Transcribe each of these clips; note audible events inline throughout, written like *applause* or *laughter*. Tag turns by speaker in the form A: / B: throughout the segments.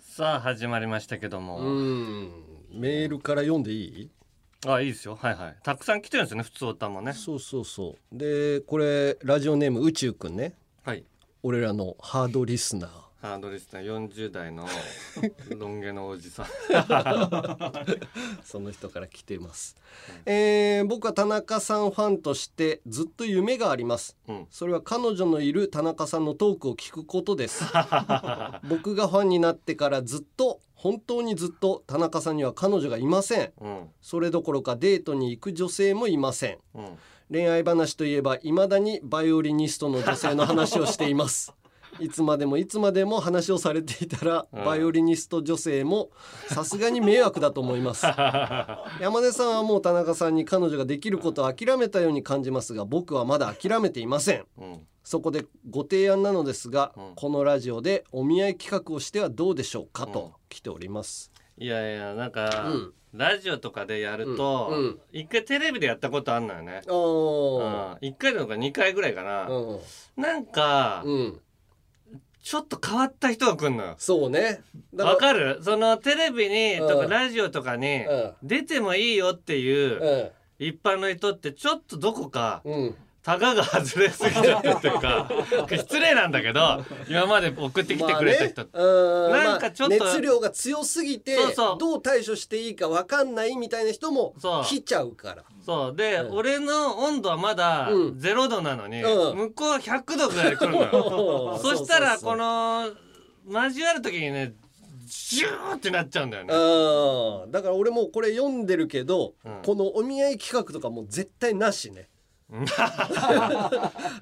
A: さあ始まりましたけども、
B: うんメールから読んでいい
A: あいいですよはいはいたくさん来てるんですね普通歌もね
B: そうそうそうでこれラジオネーム宇宙くんね
A: はい
B: 俺らのハードリスナー
A: ハードリスナー40代のロン毛のおじ
B: *laughs*
A: さん
B: その人から来てます、えー僕は田中さんファンとしてずっと夢があります
A: うん
B: それは彼女のいる田中さんのトークを聞くことです *laughs* 僕がファンになってからずっと本当にずっと田中さんには彼女がいません
A: うん
B: それどころかデートに行く女性もいません
A: うん
B: 恋愛話といえば未だにバイオリニストの女性の話をしています
A: *laughs*
B: いつまでもいつまでも話をされていたら
A: うん
B: バイオリニスト女性もさすがに迷惑だと思い
A: *laughs*
B: ます山根さんはもう田中さんに彼女ができることを諦めたように感じますが僕はまだ諦めていません
A: うん
B: そこでご提案なのですが、
A: うん
B: このラジオでお見合い企画をしてはどうでしょうかと来ております、
A: いやいやなんか、
B: うん
A: ラジオとかでやると、
B: うんうん
A: 一回テレビでやったことあんのよね、う
B: お
A: ん、一回とか二回ぐらいかな、
B: ー
A: なんか、
B: うん、うん、
A: ちょっと変わった人が来んのよ
B: そうねだ
A: わかるそのテレビにとか
B: うん
A: ラジオとかに
B: うん
A: 出てもいいよっていう
B: うん
A: 一般の人ってちょっとどこか
B: うん、
A: タガが外れすぎちゃってるっていう
B: *laughs*
A: か失礼なんだけど今まで送ってきてくれた人って
B: まあねうん
A: なんかちょっと
B: まあ熱量が強すぎて
A: そうそう
B: どう対処していいかわかんないみたいな人も
A: そう
B: 来ちゃうから
A: そうで
B: うん
A: 俺の温度はまだ
B: うん
A: 0度なのに
B: うん
A: 向こうは100度ぐらい来るのよ
B: *laughs* そうそうそう
A: そしたらこの交わる時にねジューってなっちゃうんだよね
B: うんだから俺もうこれ読んでるけど、
A: うん
B: このお見合い企画とかもう絶対なしね *laughs*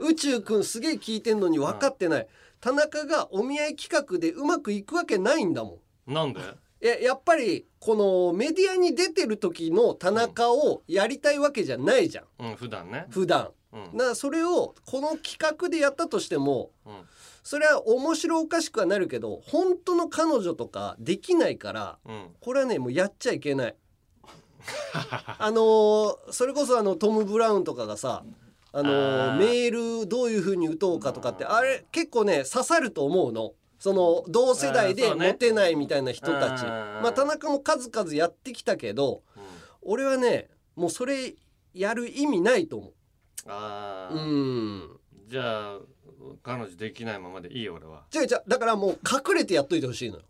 B: 宇宙くんすげえ聞いてんのに分かってない、田中がお見合い企画でうまくいくわけないんだもん
A: なんで
B: えやっぱりこのメディアに出てる時の田中をやりたいわけじゃないじゃん
A: うん普段ね
B: 普段
A: うんうん
B: だからそれをこの企画でやったとしてもそれは面白おかしくはなるけど本当の彼女とかできないから
A: うん
B: これはねもうやっちゃいけ
A: *laughs*
B: ないあのーそれこそあのトム・ブラウンとかがさあのー
A: あー
B: メールどういう風に打とうかとかって
A: うん
B: あれ結構ね刺さると思うのその同世代
A: あー
B: で
A: そうね
B: モテないみたいな人たち、
A: うん
B: まあ田中も数々やってきたけど
A: うん
B: 俺はねもうそれやる意味ないと思
A: あ
B: う。
A: ー
B: うん
A: じゃあ彼女できないままでいいよ俺は
B: 違う違うだからもう隠れてやっといてほしいのよ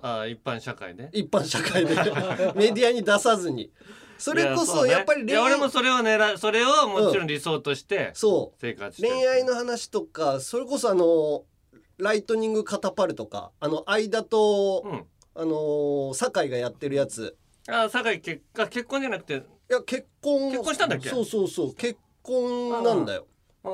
A: あー一般社会で
B: 一般社
A: *laughs*
B: 会でメディアに出さずにそれこそ
A: い
B: やっぱり
A: そうねい
B: 恋
A: や
B: 愛
A: 俺もそれを狙いそれをもちろん理想として
B: そ
A: 生活し
B: う
A: てる
B: 恋愛の話とかそれこそあのライトニングカタパルとかあの間と、
A: うん
B: あの酒井がやってるやつ
A: あー酒井結あ結婚じゃなくて
B: いや結婚
A: 結婚したんだっけ
B: そうそうそう結婚なんだよ
A: う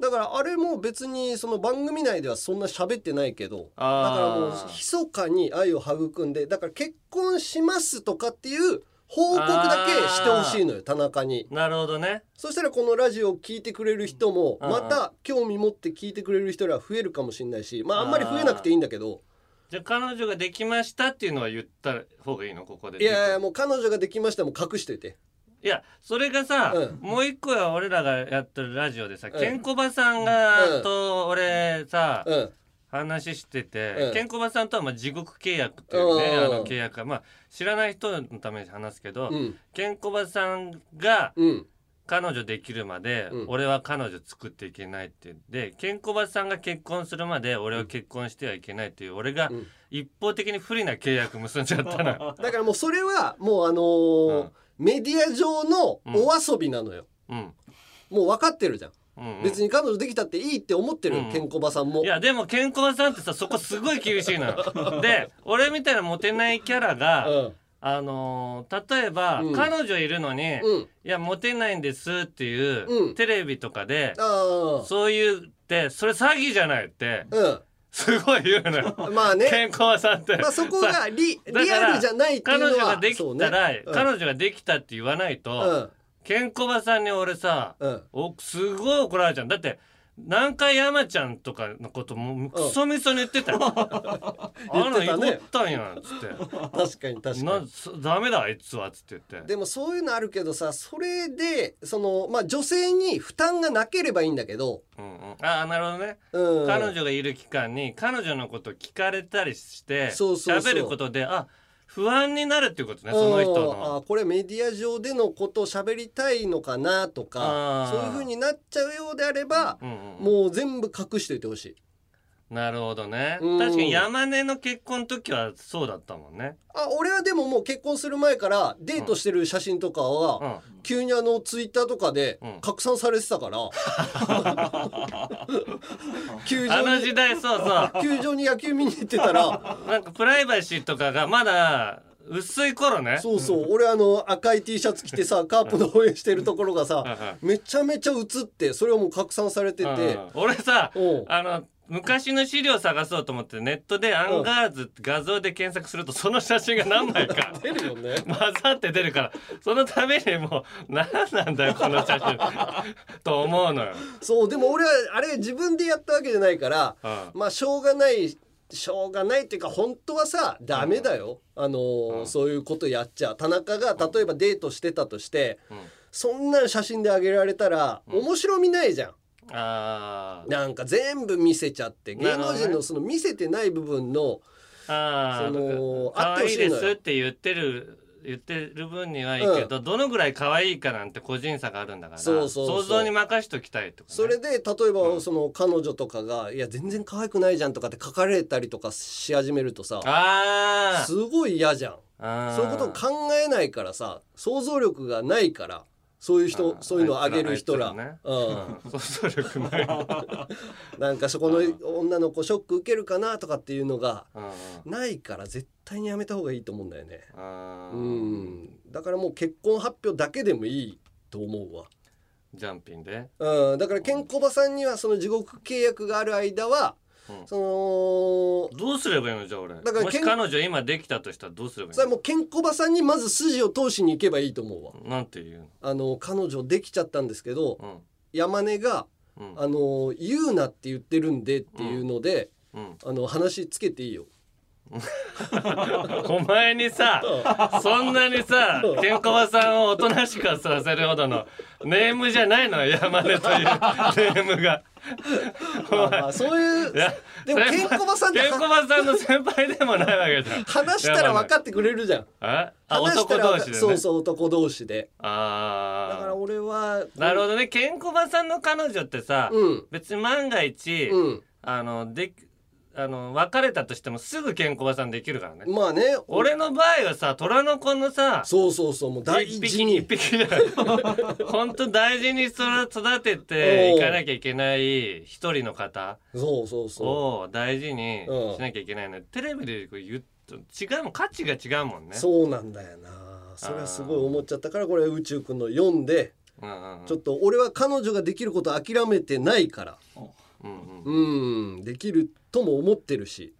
A: ん
B: だからあれも別にその番組内ではそんな喋ってないけどだ
A: あー
B: からもう密かに愛を育んでだから結婚しますとかっていう報告だけしてほしいのよ田中に
A: なるほどね
B: そしたらこのラジオを聞いてくれる人も
A: うん
B: また興味持って聞いてくれる人らは増えるかもしれないしまああんまり増えなくていいんだけど
A: じゃあ彼女ができましたっていうのは言った方がいいのここで
B: いやいやもう彼女ができましたもう隠しといて
A: いやそれがさ、
B: うん
A: もう一個は俺らがやってるラジオでさ、
B: うん
A: ケンコバさんが、
B: うん
A: と俺さ、
B: うん
A: 話してて、
B: うん
A: ケンコバさんとはまあ地獄契約というね、
B: うん
A: あの契約がまあ知らない人のために話すけど、
B: うん
A: ケンコバさんが
B: うん
A: 彼女できるまで、
B: うん
A: 俺は彼女作っていけないって言ってケンコバさんが結婚するまで俺は結婚してはいけないっていう俺が
B: うん
A: 一方的に不利な契約結んじゃったのよ。
B: だからもうそれはもうあの
A: う
B: ー
A: ん
B: メディア上のお遊びなのよ
A: うん
B: もう分かってるじゃん
A: うんうん
B: 別に彼女できたっていいって思ってるよ
A: うん
B: ケンコバさん
A: い
B: も
A: やでもケンコバさんってさそこすごい厳しいの
B: *laughs*
A: よ。で俺みたいなモテないキャラが、
B: うん
A: あのー例えば、
B: うん
A: 彼女いるのに、
B: うん
A: いやモテないんですっていう、
B: うん
A: テレビとかで
B: あ
A: そういうってそれ詐欺じゃないって
B: あ
A: すごい言うのよ、
B: うんまあね
A: 健康さんって、
B: まあそこがリ
A: だから
B: リアルじゃないっていう
A: 彼
B: のは
A: 女ができたら、
B: そうねうん
A: 彼女ができたって言わないと、
B: うん
A: ケンコバさんに俺さ、
B: うん
A: おすごい怒られちゃうだって何回山ちゃんとかのこともクソみそに言ってた
B: *laughs*
A: よ、
B: 言
A: あ
B: っ
A: の
B: てたね
A: 怒ったんやんっつって
B: 確かに確か
A: な
B: に。
A: そダメだあいつはっつって言って
B: でもそういうのあるけどさそれでそのまあ女性に負担がなければいいんだけど、
A: うんうん、ああなるほどね、
B: うん、
A: 彼女がいる期間に彼女のこと聞かれたりして
B: そうそうそう
A: 喋ることであ不安になるっていうことねその人
B: うんあ
A: の
B: これメディア上でのことを喋りたいのかなとか
A: あー
B: そういう風になっちゃうようであれば、
A: うんうん
B: もう全部隠しておいてほしい
A: なるほどね
B: うん
A: 確かに山根の結婚の時はそうだったもんね、
B: あ俺はでももう結婚する前からデートしてる写真とか
A: う
B: は
A: ん、
B: 急にあのツイッターとかで
A: うん
B: 拡散されてたから、
A: *laughs*
B: 球
A: あ
B: 場
A: の
B: に
A: 時代そうそう
B: *laughs* 球場に野球見に行って
A: *laughs*
B: たら
A: なんかプライバシーとかがまだ薄い頃ね
B: そうそう俺あの赤い T シャツ着てさカープの応援してるところがさ
A: う
B: めちゃめちゃ映ってそれをもう拡散されて
A: んうん
B: て
A: 俺さ
B: おう
A: あの昔の資料探そうと思ってネットでアンガールズって画像で検索するとその写真が何枚
B: *laughs*
A: か
B: 出るよね
A: 混ざって出るからそのためにもう何なんだよこの
B: *laughs*
A: 写真と思うのよ。
B: そうでも俺はあれ自分でやったわけじゃないから
A: うん
B: まあしょうがないしょうがないっていうか本当はさダメだよ、あのー
A: うん
B: そういうことやっちゃ田中が例えばデートしてたとして、
A: うん
B: そんな写真であげられたら
A: うん
B: 面白みないじゃん、
A: あー
B: なんか全部見せちゃって
A: な
B: 芸
A: るほど
B: 能
A: ね
B: 人のその見せてない部分の
A: あー
B: その
A: 可
B: 会
A: 愛
B: ってほし
A: い
B: いの
A: で
B: よ
A: すって言ってる言ってる分にはいいけど、どのぐらい可愛いかなんて個人差があるんだから
B: そうそうそ
A: 想
B: う
A: 像に任しときたいとか、ね、
B: それで例え
A: う
B: ば
A: ん
B: その彼女とかが「いや全然可愛くないじゃん」とかって書かれたりとかし始めるとさ
A: あ
B: すごい嫌じゃん。
A: あ
B: そういうことを考えないからさ想像力がないからそういう人
A: あー
B: そういうのをあげる人
A: あ
B: ら
A: いつね *laughs*
B: うん
A: うん想像力ない、
B: *laughs* なんかそこの女の子ショック受けるかなとかっていうのが
A: うん
B: ないから絶対にやめた方がいいと思うんだよね
A: あー
B: うんだからもう結婚発表だけでもいいと思うわ
A: ジャンピンで、
B: うん、だからケンコバさんにはその地獄契約がある間は
A: うん
B: その
A: どうすればいいのじゃあ俺
B: だから
A: もし
B: けん
A: 彼女今できたとしたらどうすればいい
B: それはもうケンコバさんにまず筋を通しに行けばいいと思うわ
A: のなんて言う
B: あの彼女できちゃったんですけど
A: の
B: 山根が
A: うんうん
B: あの言うなって言ってるんでっていうので、
A: うん、
B: あの話つけていい
A: *laughs*
B: よ。
A: お前にさ *laughs* そんなにさケンコバさんをおとなしくさせるほどのネームじゃないの山根
B: *laughs*
A: というネームが
B: まあまあそういう
A: いや
B: でもケ
A: 先
B: ン
A: 輩
B: コバさんって
A: ケンコバさんの先輩でもないわけじゃん
B: 話したら分かってくれるじゃん。
A: ああ
B: *laughs* 話した
A: 男
B: ら分
A: 同士
B: か
A: でね
B: そうそう男同士で。だから
A: あ
B: 俺は
A: あなるほどねケンコバさんの彼女ってさ、
B: うん
A: 別に万が一、
B: うん
A: あのであの別れたとしてもすぐケンコバさんできるからね、
B: まあね
A: 俺の場合はさ虎の子のさ
B: そうそうそうもう大
A: 一
B: 事
A: 匹
B: に
A: 一匹じゃない本当大事に育育てていかなきゃいけない一人の方
B: そうそうそ
A: を大事に
B: うん
A: しなきゃいけないの、テレビでこう言うと違うもん価値が違うもん
B: う、
A: ね
B: そうなんだよな。それはすごい思っちゃったからこれ宇宙くんの読んで
A: うんうん
B: ちょっと俺は彼女ができること諦めてないから
A: うんうん
B: うんできるとも思ってるし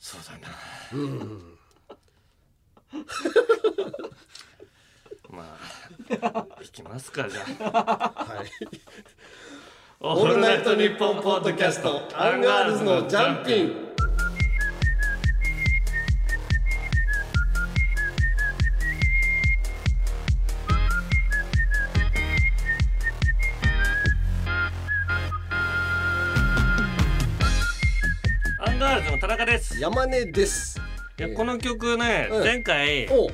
A: そうだな
B: うん
A: まあいきますかじゃあ
B: はい。
A: オ
B: *laughs* オールナイトニッポンポッドキャストアンガールズのジャンピン
A: アンガールズの田中ですい
B: 山根です
A: やこの曲ね、
B: うん
A: 前回
B: おう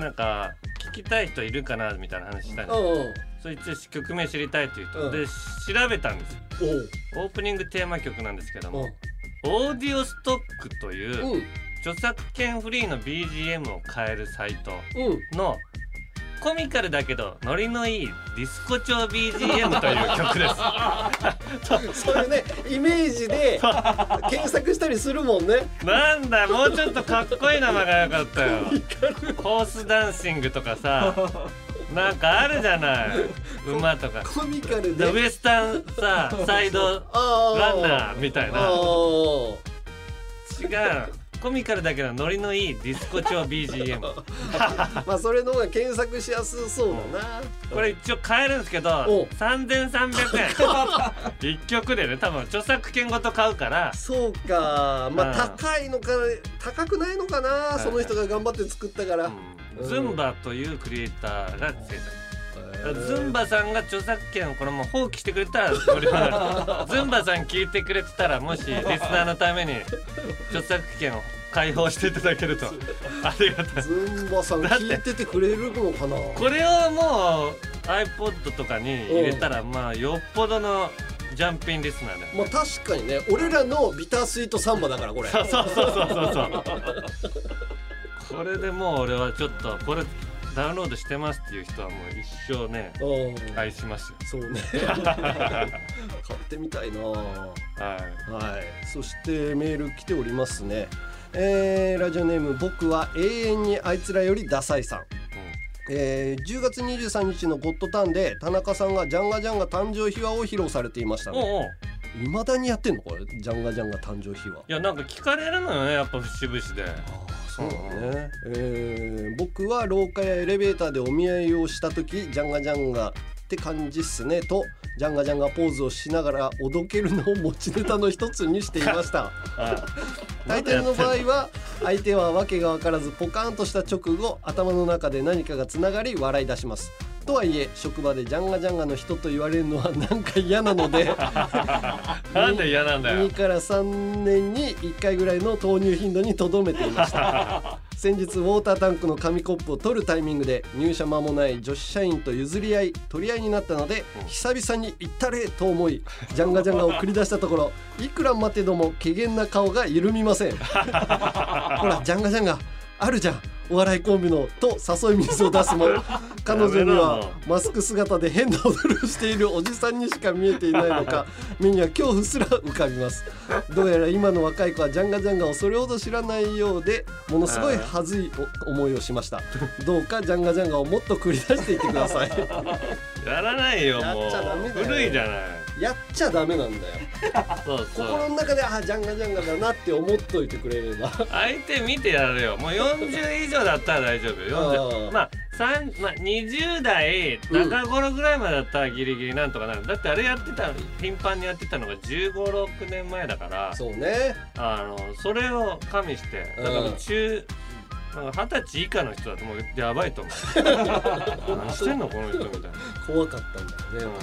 A: なんか聞きたい人いるかなみたいな話したんで
B: おう
A: すそいつ曲名知りたいっていう人、
B: うん
A: で調べたんですよ
B: おう
A: オープニングテーマ曲なんですけど
B: お
A: も
B: う
A: 「オーディオストック」と
B: う
A: いうん著作権フリーの BGM を変えるサイト
B: うん
A: のコミカルだけどノリのいいディスコ調 BGM という曲です。
B: *laughs* *laughs* そういうねイメージで検索したりするもんね
A: なんだもうちょっとかっこいい名前が良かったよホースダンシングとかさなんかあるじゃない馬と
B: *laughs*
A: か
B: コミカル
A: でウ
B: で
A: エスタンさサイド
B: あ
A: ランナーみたいな
B: あー
A: 違うコミカルだけどノリのいいディスコ調 BGM *laughs*
B: まあそれの方が検索しやすそうだな、
A: これ一応買えるんですけ
B: お
A: ど3300円一曲でね多分著作権ごと買うから
B: そうかまあ
A: うん
B: 高いのか高くないのかなその人が頑張って作ったから、
A: うんズンバというクリエイターが制作だからズンバさんが著作権をこれもう放棄してくれたら無料なの *laughs* ズンバさん聞いてくれてたらもしリスナーのために著作権を解放していただける *laughs* とありがたい
B: ズンバさん
A: だって
B: 聞いててくれるのかな
A: これをもう iPod とかに入れたらまあよっぽどのジャンピンリスナーだよ
B: まあ確かにね俺らのビタースイートサンバだからこれ
A: そうそうそうそうそうそうこれでもう俺はちょっとこれダウンロードしてますっていう人はもう一生ね
B: うん
A: 愛しますよ
B: そ
A: *laughs*
B: うね買ってみたいなは
A: はい
B: いそしてメール来ておりますねえーラジオネーム僕は永遠にあいつらよりダサいさんえー10月23日の「ゴッドタン」で田中さんが「ジャンガジャンガ誕生秘話」を披露されていました
A: うん、お
B: ね
A: うおう
B: いまだにやってんのこれ「ジャンガジャンガ誕生秘話」
A: いやなんか聞かれるのよねやっぱ節々で
B: ああそうだね、えー僕は廊下やエレベーターでお見合いをした時ジャンガジャンガって感じっすねとジャンガジャンガポーズをしながらおどけるのを持ちネタの一つにしていました *laughs* 大抵の場合は相手は訳が分からずポカーンとした直後頭の中で何かがつながり笑い出しますとはいえ職場でジャンガジャンガの人と言われるのはなんか嫌なので
A: なんで嫌なんだよ
B: 2から3年に1回ぐらいの投入頻度にとどめていました
A: *laughs*
B: 先日ウォータータンクの紙コップを取るタイミングで入社間もない女子社員と譲り合い取り合いになったので
A: うん
B: 久々に行ったれと思いジャンガジャンガを繰り出したところいくら待てども怪げな顔が緩み
A: *laughs*
B: ませんほらジャンガジャンガあるじゃんお笑いコンビのと誘い水を出すも彼女に
A: やめろ
B: は
A: も
B: マスク姿で変な踊りをしているおじさんにしか見えていないのか目には恐怖すら浮かびますどうやら今の若い子はジャンガジャンガをそれほど知らないようでものすごい恥ずいお思いをしましたどうかジャンガジャンガをもっと繰り出していってください
A: やらないよも
B: やっちゃダメ
A: う
B: だよ
A: 古いじゃない
B: やっちゃダメなんだよ
A: そうそ
B: 心
A: う
B: の中であジャンガジャンガだなって思っといてくれれば
A: 相手見てやるよもう40以上だったら大丈夫
B: あー
A: 40まあ三まあ、20代中頃ぐらいまでだったらギリギリなんとかなる、だってあれやってた頻繁にやってたのが1 5 6年前だから
B: そうね
A: あのそれを加味してだからもう中なんか二十歳以下の人だともうやばいと思
B: *laughs*
A: う何してんのこの人みたいな
B: 怖かったんだよね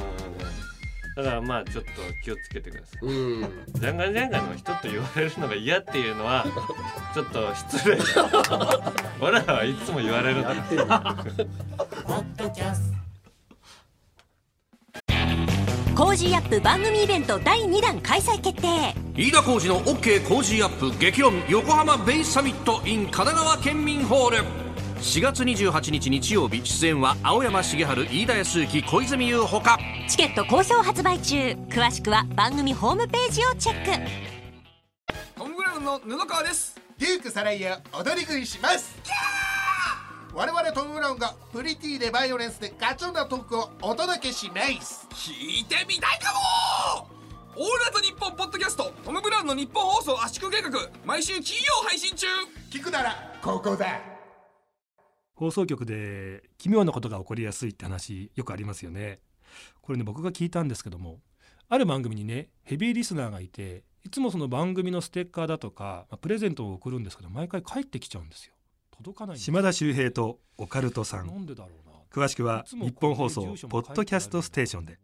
A: だからまあちょっと気をつけてください。
B: うん
A: ジャンガジャンガの人と言われるのが嫌っていうのはちょっと失
B: *laughs*
A: 礼だ。俺らはいつも言われるんだ
B: やってんだ
C: コージーアップ番組イベント第2弾開催決定
D: 飯田浩司の OK 工事アップ激論横浜ベイサミット in 神奈川県民ホール4月28日日曜日出演は青山茂春飯田康之小泉優ほか
C: チケット好評発売中詳しくは番組ホームページをチェック
E: トムブラウンの布川です
F: デュークサライヤ踊り食いします我々トム・ブラウンがプリティでバイオレンスでガチョンなトークをお届けします
E: 聞いてみたいかもオールナイトニッポンポッドキャストトム・ブラウンの日本放送圧縮計画毎週金曜配信中
F: 聞くならここだ
G: 放送局で奇妙なことが起こりやすいって話よくありますよねこれね僕が聞いたんですけどもある番組にねヘビーリスナーがいていつもその番組のステッカーだとか、まあプレゼントを送るんですけど毎回帰ってきちゃうんですよ届かないんです
H: 島田秀平とオカルトさ
G: なんんでだろうな
H: 詳しくは日本放送ポッドキャストステーションで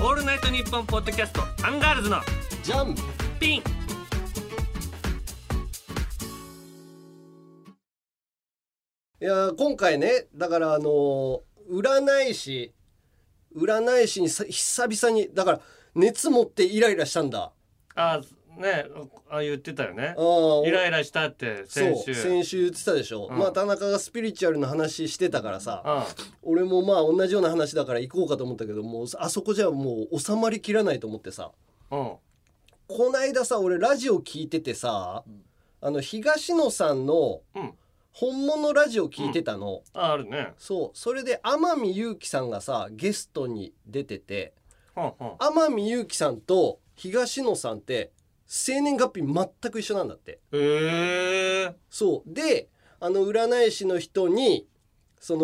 A: オールナイトニッポンポッドキャストアンガールズの
B: ジャン
A: ピン。
B: いやー今回ねだからあのー占い師占い師にさ久々にだから熱持ってイライラしたんだ
A: あねあ言ってたよね
B: あ。ー
A: イライラしたって先
B: そ
A: 週。
B: う先週言ってたでしょ、
A: うん
B: まあ田中がスピリチュアルな話してたからさ
A: あ
B: 俺もまあ同じような話だから行こうかと思ったけどもうあそこじゃもう収まりきらないと思ってさ
A: うん。
B: こないださ俺ラジオ聞いててさ、あの東野さんの
A: うん
B: 本物ラジオ聞いてたの、
A: ああるね。
B: そうそれで天海祐希さんがさゲストに出てて
A: うんうん。
B: 天海祐希さんと東野さんって生年月日全く一緒なんだって
A: ええ
B: そうであの占い師の人にその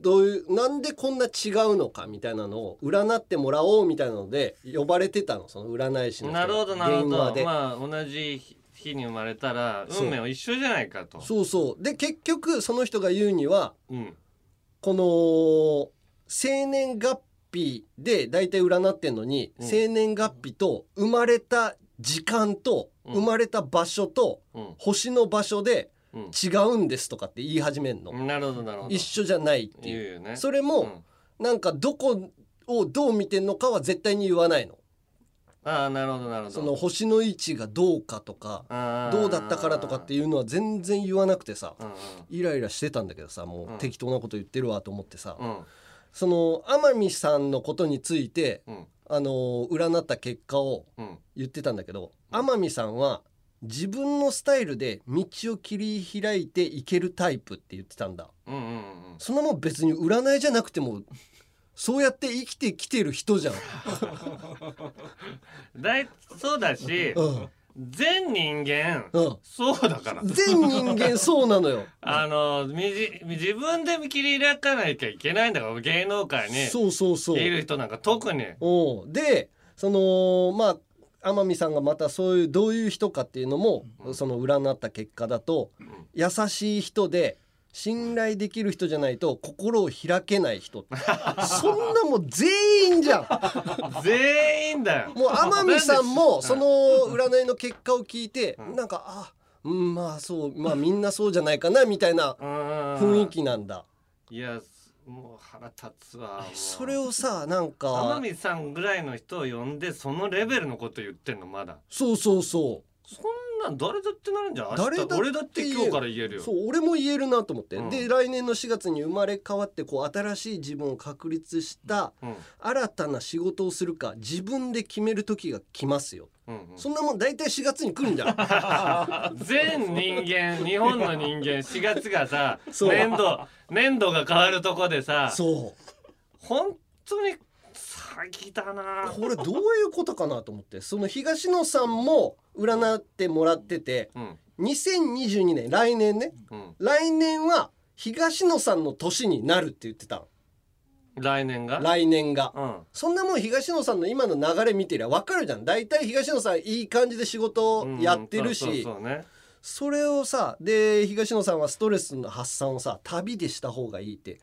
B: どういうなんでこんな違うのかみたいなのを占ってもらおうみたいなので呼ばれてたのその占い師の人が
A: なるほどなるほ
B: 電話
A: ど
B: で、
A: まあ同じ日に生まれたら
B: そう
A: 運命は一緒じゃないかと
B: そうそうで結局その人が言うには
A: うん
B: この生年月日で大体占ってんのに、
A: うん
B: 生年月日と生まれた時間と
A: うん
B: 生まれた場所と
A: うん
B: 星の場所で
A: うん
B: 違うんですとかって言い始めるの、
A: なるほどなるほど
B: 一緒じゃないって
A: 言
B: いう
A: うよね
B: それ
A: う
B: も
A: ん
B: なんかどこをどう見てんのかは絶対に言わないの
A: ああなるほどなるほど
B: その星の位置がどうかとか
A: あー
B: どうだったからとかっていうのは全然言わなくてさ
A: うん
B: イライラしてたんだけどさもううん適当なこと言ってるわと思ってさ、
A: うん
B: その天海さんのことについて
A: うん
B: あの占った結果を
A: うん
B: 言ってたんだけど天海さんは自分のスタイルで道を切り開いていけるタイプって言ってたんだ
A: うんうんうん
B: そんなもん別に占いじゃなくてもそうやって生きてきてる
A: *laughs*
B: 人じゃん、
A: うんだいそうだし
B: うん
A: 全人間
B: うん、
A: そうだから
B: 全人間そうな
A: *laughs*
B: のよ
A: あのみじ自分で見切り開かなきゃいけないんだから芸能界に
B: そうそうそう
A: いる人なんか特に
B: おうでそのまあ天海さんがまたそういうどういう人かっていうのも、
A: うん
B: その占った結果だと、優しい人で信頼できる人じゃないと心を開けな
A: *laughs*
B: い人そんなもう全員じゃん
A: 全員だよ *laughs*
B: もう天海さんもその
A: はい
B: 占いの結果を聞いて、
A: うん
B: なんかあうんまあそうまあみんなそうじゃないかなみたいな
A: うん
B: 雰囲気なんだ、
A: いやもう腹立つわもう
B: それをさなんか
A: 天海さんぐらいの人を呼んでそのレベルのこと言ってんのまだ
B: そうそうそう
A: そんなん誰だってなるんじゃん明日
B: 誰だって言える
A: 俺だって今日から言えるよ
B: そう俺も言えるなと思って、
A: うん
B: で来年の4月に生まれ変わってこう新しい自分を確立した
A: うん
B: 新たな仕事をするか自分で決める時が来ますよ、
A: うん
B: *laughs* そんなもん大体4月に来るんじゃん
A: *laughs* うん、 *laughs* 全人間日本の人間4月がさ
B: そう
A: 年度年度が変わるとこでさ
B: そう
A: 本当に詐欺だな
B: これどういうことかなと思ってその東野さんも占ってもらってて
A: うん
B: 2022年来年ね
A: うん
B: 来年は東野さんの年になるって言ってた
A: 来年が
B: の来年が
A: うん
B: そんなもん東野さんの今の流れ見てりゃ分かるじゃん大体東野さんいい感じで仕事をやってる
A: うんうん
B: し
A: そうそうそうね
B: それをさで東野さんはストレスの発散をさ旅でした方がいいって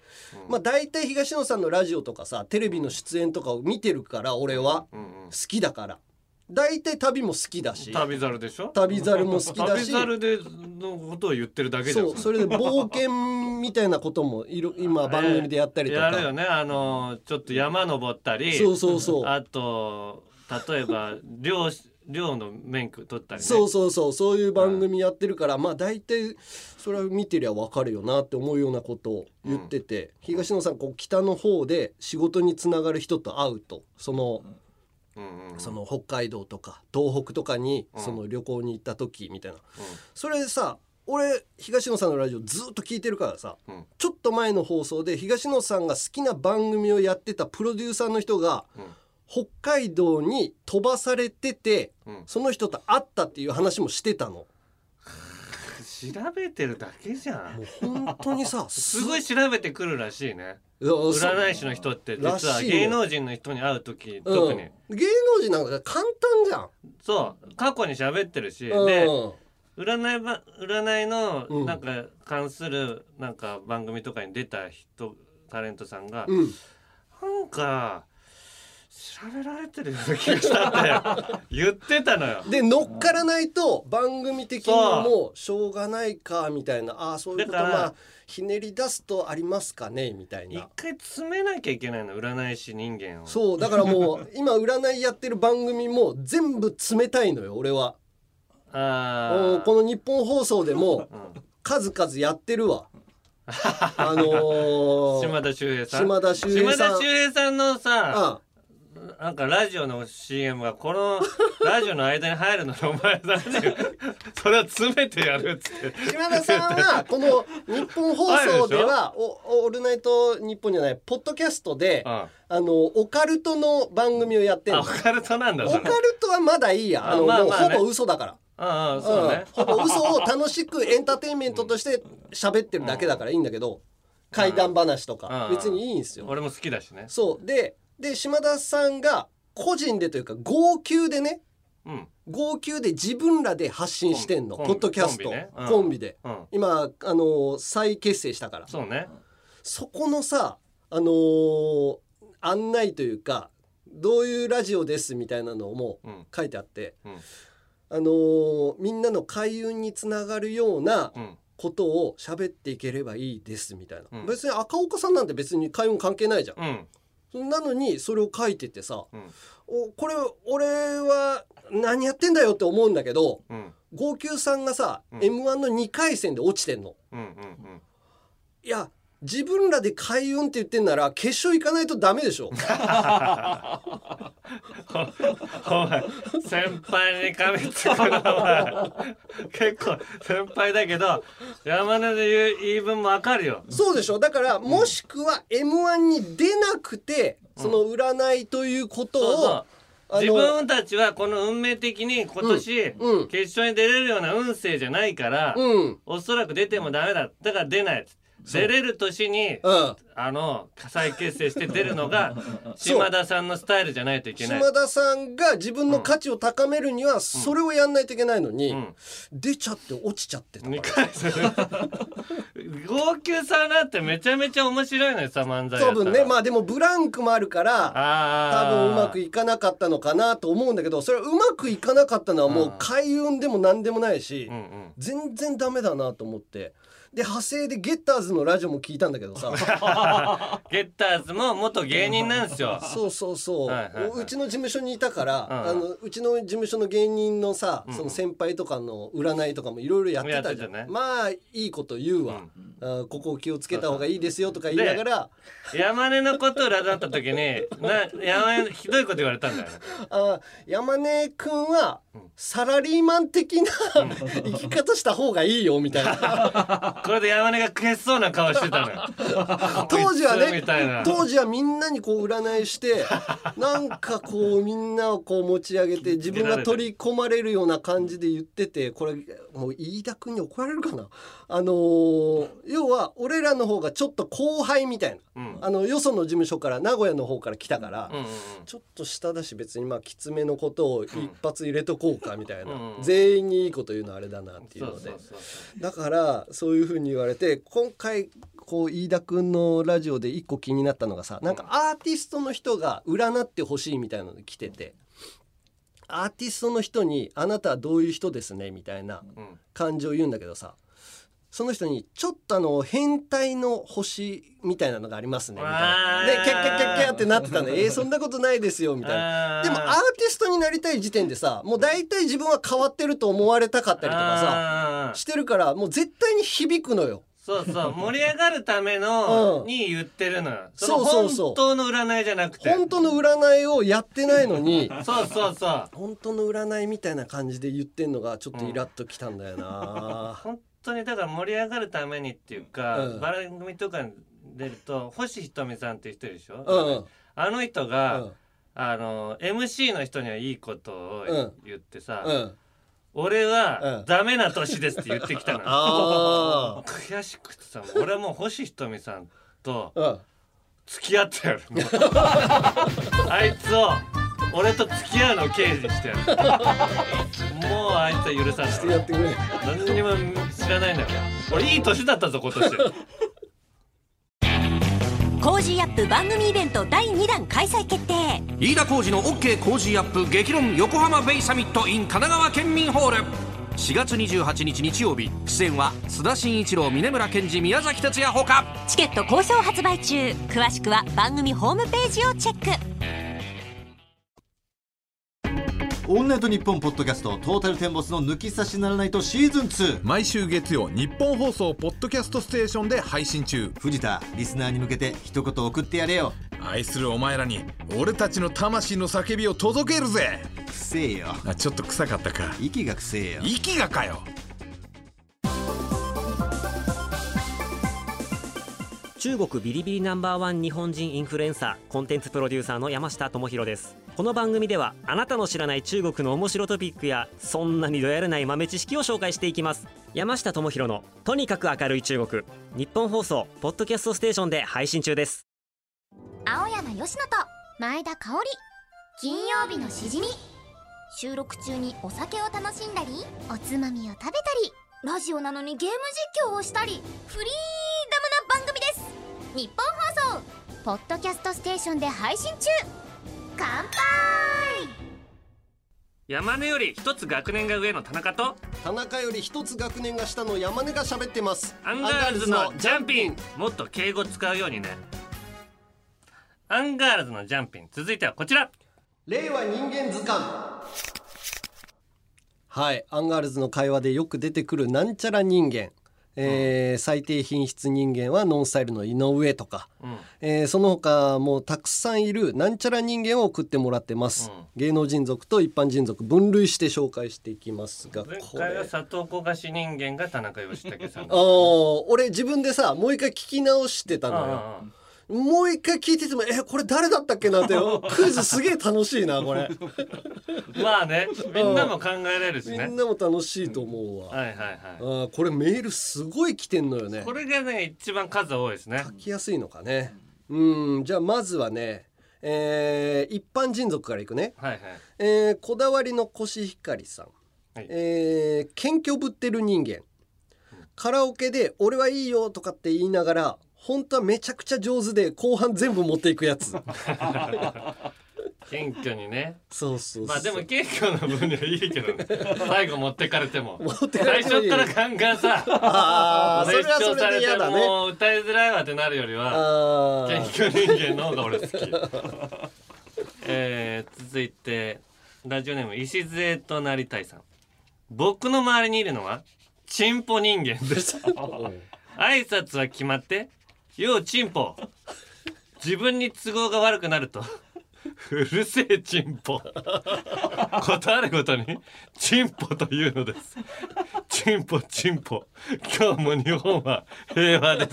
A: うん
B: まあ大体東野さんのラジオとかさテレビの出演とかを見てるから俺は
A: うんうん
B: 好きだから大体旅も好きだし
A: 旅猿でしょ
B: 旅猿も好きだ
A: 旅
B: し
A: 猿でのことを言ってるだけじゃん
B: そうそれで冒険みたいなこともいろ今番組でやったりと
A: やるよ
B: か
A: ねあのちょっと山登ったり
B: そうそうそう
A: あと例えば漁師漁の免許取ったりね
B: そうそうそうそういう番組やってるからまあ大体それは見てりゃ分かるよなって思うようなことを言ってて東野さんこう北の方で仕事につながる人と会うとその
A: うんうん
B: その北海道とか東北とかに
A: うん
B: その旅行に行った時みたいなそれさ俺東野さんのラジオずっと聞いてるからさ
A: うん
B: ちょっと前の放送で東野さんが好きな番組をやってたプロデューサーの人が
A: うん
B: 北海道に飛ばされてて
A: うん
B: その人と会ったっていう話もしてたの。
A: 調べてるだけじゃ
B: も
A: ん
B: う本当にさ
A: *laughs* すごい調べてくるらしいね
B: うんそう
A: 占い師の人って
B: らしい
A: 実は
B: よ
A: 芸能人の人に会う時
B: うん
A: 特に
B: 芸能人なんか簡単じゃん。
A: そう過去に喋ってるし
B: うん
A: で占いば占い
B: う
A: の
B: ん
A: なんか関するなんか番組とかに出た人タレントさんが
B: うん、
A: なんか調べられてるような気がしたっ
B: *laughs*
A: て言ってたのよ。
B: で乗っからないと番組的にもしょうがないかみたいなああそういうこと
A: だから
B: まあひねり出すとありますかねみたい
A: 一
B: な。
A: 回詰めなきゃいけないの占い師人間を。
B: そうだからもう今占いやってる番組も全部冷たいのよ俺はう
A: あ
B: ん
A: あ。
B: この日本放送でも
A: う
B: 数々やって
A: *laughs*
B: るわあの
A: ん、
B: ー、
A: 島田秀平さん。
B: 島田秀平さん
A: 島田秀平さんのさ、
B: あ *laughs*
A: なんかラジオの CM がこのラジオの間に入るのお前何でそれは詰めてやるっつって
B: 島田さん
A: *laughs*
B: はこの日本放送では「おオールナイト日本じゃないポッドキャストで、
A: うんあ
B: あのオカルトの番組をやってる
A: オカルトなんだ
B: オ
A: そ
B: カ
A: れ
B: ルトはまだいいやあの、
A: まあまあね
B: もうほぼ嘘だから。
A: ああそうね
B: うんほぼ嘘を楽しくエンターテインメントとして喋ってるだけだからいいんだけど、怪談話とか、
A: うん
B: 別にいいんですよ。
A: 俺も好きだしね
B: そうでで島田さんが個人でというか号泣でね
A: うん
B: 号泣で自分らで発信してんの
A: コ
B: ポ
A: ン
B: ッドキャスト
A: コ
B: コ
A: ン
B: ン
A: ビ
B: ビ,、
A: ねうん
B: で
A: うん
B: 今あのー再結成したからそ
A: そうね
B: このさあのー案内というかどういうラジオですみたいなのも
A: うん
B: 書いてあって、
A: うん
B: あのーみんなの開運につながるような
A: うん
B: ことを喋っていければいいですみたいな、
A: うん
B: 別に赤岡さんなんて別に開運関係ないじゃん
A: うん
B: なのにそれを書いててさ、
A: うん
B: おこれ俺は何やってんだよって思うんだけど
A: うん
B: 号泣さんがさ、
A: うん
B: m 1の2回戦で落ちてんの。
A: うんうん
B: いや自分らで開運って言ってんなら決勝行かないとダメで
A: *laughs*
B: しょ
A: うんお前先輩に噛みつくなお前結構先輩だけど山根で言う言い分もわかるよ
B: そうでしょだからもしくは m 1に出なくてその占いということ
A: そう
B: を、
A: そう
B: あの
A: 自分たちはこの運命的に今年、
B: うんうん
A: 決勝に出れるような運勢じゃないから、
B: うん
A: おそらく出てもダメだだから出ない出れる年に
B: うん
A: あの再結成して出るの
B: *laughs*
A: が島田さんのスタイルじゃないといけない
B: 島田さんが自分の価値を高めるにはそれをやんないといけないのに、
A: ん
B: 出ちゃって落ちちゃってたから
A: 2回戦 *laughs* 号泣さんなんてめちゃめちゃ面白いのよさ漫才やったら
B: 多分ねまあでもブランクもあるから多
A: あー
B: 分うまくいかなかったのかなと思うんだけどそれはうまくいかなかったのはもう開運でも何でもないし、
A: うんうん
B: 全然ダメだなと思ってで派生でゲッターズのラジオも聞いたんだけ
A: *laughs*
B: どさ
A: ゲッターズも元芸人なんですよ
B: そうそうそう、
A: はいはいはいう
B: ちの事務所にいたから、
A: うん
B: あのうちの事務所の芸人のさ、その先輩とかの占いとかもいろいろやってたじゃん、
A: やってたね
B: まあいいこと言うわ、あここを気をつけた方がいいですよとか言いながら
A: 山根のことを裏だった時にな山根ひどいこと言われたんだよね
B: あ山根くんはサラリーマン的な *laughs* 生き方した方がいいよみたいな
A: これで山根が悔しそうな顔してたのよ
B: *laughs* 当時は
A: こいつ
B: ね
A: みたいな
B: 当時はみんなにこう占いして
A: *laughs*
B: なんかこうみんなをこう持ち上げて自分が取り込まれるような感じで言っててこれもう飯田君に怒られるかなあのー要は俺らの方がちょっと後輩みたいな、
A: うん
B: あのよその事務所から名古屋の方から来たから。
A: うんうん
B: ちょっと下だし別にまあきつめのことを一発入れとこうかみたいな、
A: うん
B: 全員にいいこと言うのあれだなっていう
A: そ
B: の
A: う
B: で
A: そうそう
B: だからそういうふうに言われて今回こう飯田君のラジオで一個気になったのがさなんかアーティストの人が占ってほしいみたいなの来てて。アーティストの人に「あなたはどういう人ですね」みたいな
A: うん
B: 感じを言うんだけどさその人に「ちょっとあの変態の星みたいなのがありますね」みたい
A: あ
B: な。
A: ー
B: でキャッキャッキャッキャッってなってたの「えー、そんなことないですよ」みたいな。
A: あー
B: でもアーティストになりたい時点でさもう大体自分は変わってると思われたかったりとかさ
A: あー
B: してるからもう絶対に響くのよ。
A: そうそう盛り上がるための
B: うん
A: に言ってるのよ
B: そうそうそう
A: の本当の占いじゃなくて
B: 本当の占いをやってないのに
A: そうそうそう
B: 本当の占いみたいな感じで言ってんのがちょっとイラッときたんだよな。
A: 本当にだから盛り上がるためにっていうか、
B: うん
A: 番組とかに出ると星ひとみさんっていう人いるでしょ、
B: うん
A: あの人
B: う
A: が、
B: ん
A: あの MC の人にはいいことを言ってさ、
B: うん、
A: 俺
B: う
A: は
B: ん
A: ダメな年ですって言ってき
B: *laughs*
A: たのよ、
B: あ
A: 悔しくてさ俺はもう星ひとみさんと
B: あ、うん
A: 付き合ってやる
B: *laughs*
A: もうあいつを俺と付き合うのを刑事にしてやるもうあいつは許さ
B: して
A: な
B: や
A: い
B: ってくれ。
A: 何にも知らないんだよ俺いい年だったぞ今年
C: コージーアップ番組イベント第2弾開催決定
D: 飯田浩二の OK 工事アップ激論横浜ベイサミット in 神奈川県民ホール4月28日日曜日出演は須田慎一郎峯村健二宮崎哲也ほか
C: チケット好評発売中詳しくは番組ホームページをチェック
I: オールナイトニッポンポッドキャストトータルテンボスの抜き差しならないとシーズン2
J: 毎週月曜日本放送ポッドキャストステーションで配信中
I: 藤田リスナーに向けて一言送ってやれよ
J: 愛するお前らに俺たちの魂の叫びを届けるぜ
I: くせえよ
K: あちょっと臭かったか
I: 息がくせえよ
K: 息がかよ
L: 中国ビリビリナンバーワン日本人インフルエンサーコンテンツプロデューサーの山下智博ですこの番組ではあなたの知らない中国の面白トピックやそんなにどやらない豆知識を紹介していきます山下智博のとにかく明るい中国日本放送ポッドキャストステーションで配信中です
M: 青山佳乃と前田香織金曜日のしじみ収録中にお酒を楽しんだりおつまみを食べたりラジオなのにゲーム実況をしたりフリーダムな番組です日本放送ポッドキャストステーションで配信中乾杯
A: 山根より一つ学年が上の田中と
B: 田中より一つ学年が下の山根が喋ってます
A: アンガールズのジャンピンもっと敬語使うようにねアンガールズのジャンピン続いてはこちら
B: 令和人間図鑑はいアンガールズの会話でよく出てくるなんちゃら人間えー最低品質人間はノンスタイルの井上とか、えーその他もうたくさんいるなんちゃら人間を送ってもらってます、芸能人族と一般人族分類して紹介していきますが
A: 前
B: こ
A: 回は
B: れ
A: 佐藤小菓子人間が田中義武さん
B: あー俺自分でさもう一回聞き直してたのよもう一回聞いててもえこれ誰だったっけなって
A: *laughs*
B: クイズすげえ楽しいなこれ
A: まあねみんなも考えれるしね
B: みんなも楽しいと思うわ、
A: はいはいはい
B: あーこれメールすごい来てんのよね
A: これがね一番数多いですね書
B: きやすいのかねうんじゃあまずはねえー一般人族からいくね、
A: はいはい
B: えーこだわりのコシヒカリさん、えー謙虚ぶってる人間カラオケで「俺はいいよ」とかって言いながら本当はめちゃくちゃ上手で後半全部持っていくや
A: *laughs*
B: つ
A: 謙虚にね
B: そうそうそう
A: まあでも謙虚な分にはいいけど
B: *laughs*
A: ね最後持ってかれても
B: てかれ
A: 最
B: てもい
A: 初
B: い
A: からガンガン
B: あ
A: さ
B: ーそれはそれで
A: されて
B: 嫌だね
A: もう歌いづらいわってなるより
B: は
A: あー謙虚人間の方が俺好きえー続いてラジオネーム礎となりたいさん僕の周りにいるのはチンポ人間です *laughs* 挨拶は決まって「ようチンポ」自分に都合が悪くなると「うるせえチンポ」ことあるごとに「チンポ」というのですチンポチンポ今日も日本は平和で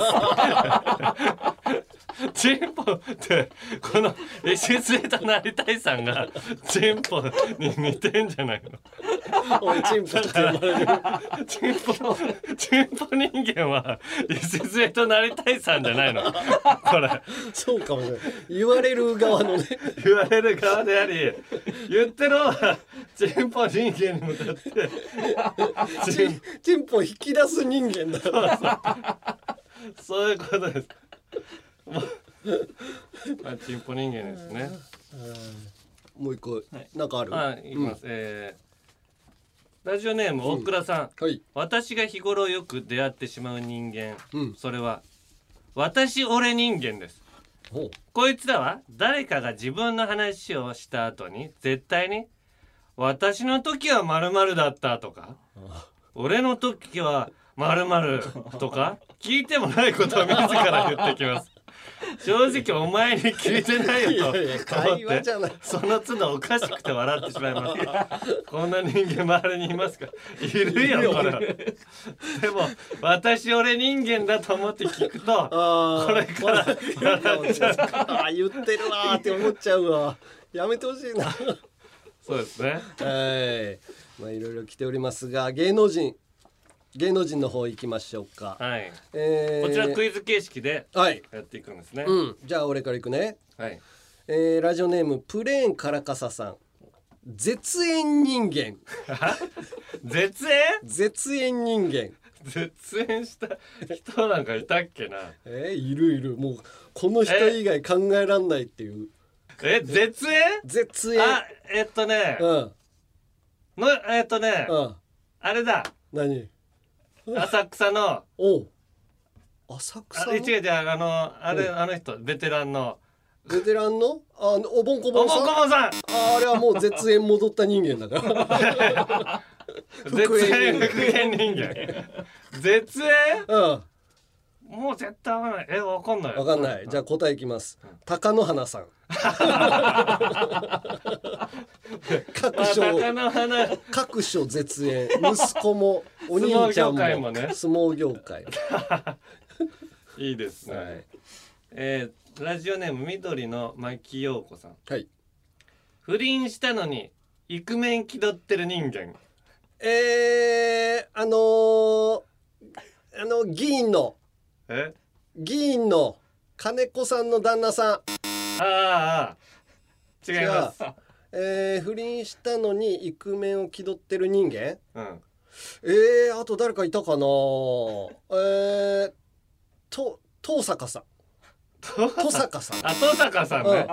A: すチンポってこのエシスエタなりたいさんがチンポに似てんじゃないの
B: おいチンポって呼ばれる
A: チンポチンポ人間はエシスエとなりたいさんじゃないのこれ
B: そうかもしれない言われる側のね
A: 言われる側であり言ってる方はチンポ人間に向かって
B: チンチンポ引き出す人間だ
A: そういうことです。まあ、チンポ人間ですね。
B: もう一個、なんかある
A: はい、いきます。
B: うん
A: えーラジオネーム大倉さん、私が日頃よく出会ってしまう人間、それは私俺人間ですこいつらは誰かが自分の話をした後に絶対に「私の時はまるだった」とか「俺の時はまるとか聞いてもないことを自ら言ってきます正直お前に聞いてないよと
B: いやいや会話じゃ
A: 思
B: な
A: っ
B: *laughs* い
A: てその都度おかしくて笑ってしまいますこんな人間周りにいますかいる
B: いる
A: よ
B: よ
A: これでも私俺人間だと思って聞くとこれから笑っちゃう
B: あー言ってるわーって思っちゃうわやめてほし *laughs* いな
A: そうですね
B: はいまあいろいろ来ておりますが芸能人芸能人の方行きましょうか
A: はい、
B: えー
A: こちらクイズ形式で
B: はい
A: やっていくんですね、
B: うん、じゃあ俺から行くね、
A: はい
B: えーラジオネームプレーンからかささん絶縁人間
A: 絶縁
B: 絶縁人間
A: 絶縁した人なんかいたっけな
B: えーいるいるもうこの人以外考えらんないっていう
A: え絶縁
B: 絶縁
A: あえっとね、
B: うん
A: のえっとね、
B: うん
A: あれだ
B: 何
A: 浅草の
B: お浅草
A: あ
B: の
A: 違う違うあのあれ
B: うん
A: あの人ベテランの
B: ベテランのあのおぼんこぼんさん
A: おぼんこぼんさん
B: ああれはもう絶縁戻った人間だから
A: 絶縁復元人間絶縁、
B: うん、
A: もう絶対合わないえわかんない
B: わかんないじゃあ答えいきます高野花さ
A: *laughs*
B: ん各所
A: あ高野花
B: 各所絶縁息子もお兄ちゃんも
A: 相撲業界もね
B: 相撲業界
A: いいですね、えーラジオネーム緑の牧陽子さん
B: はい
A: 不倫したのにイクメン気取ってる人間
B: えー、あのー、あの議員の
A: え
B: 議員の金子さんの旦那さん
A: ああ違います
B: 違うえー、不倫したのにイクメンを気取ってる人間
A: うん
B: えー、あと誰かいたかなえー、と登坂さん登坂さん
A: あ登坂さんね、
B: うん
A: 違い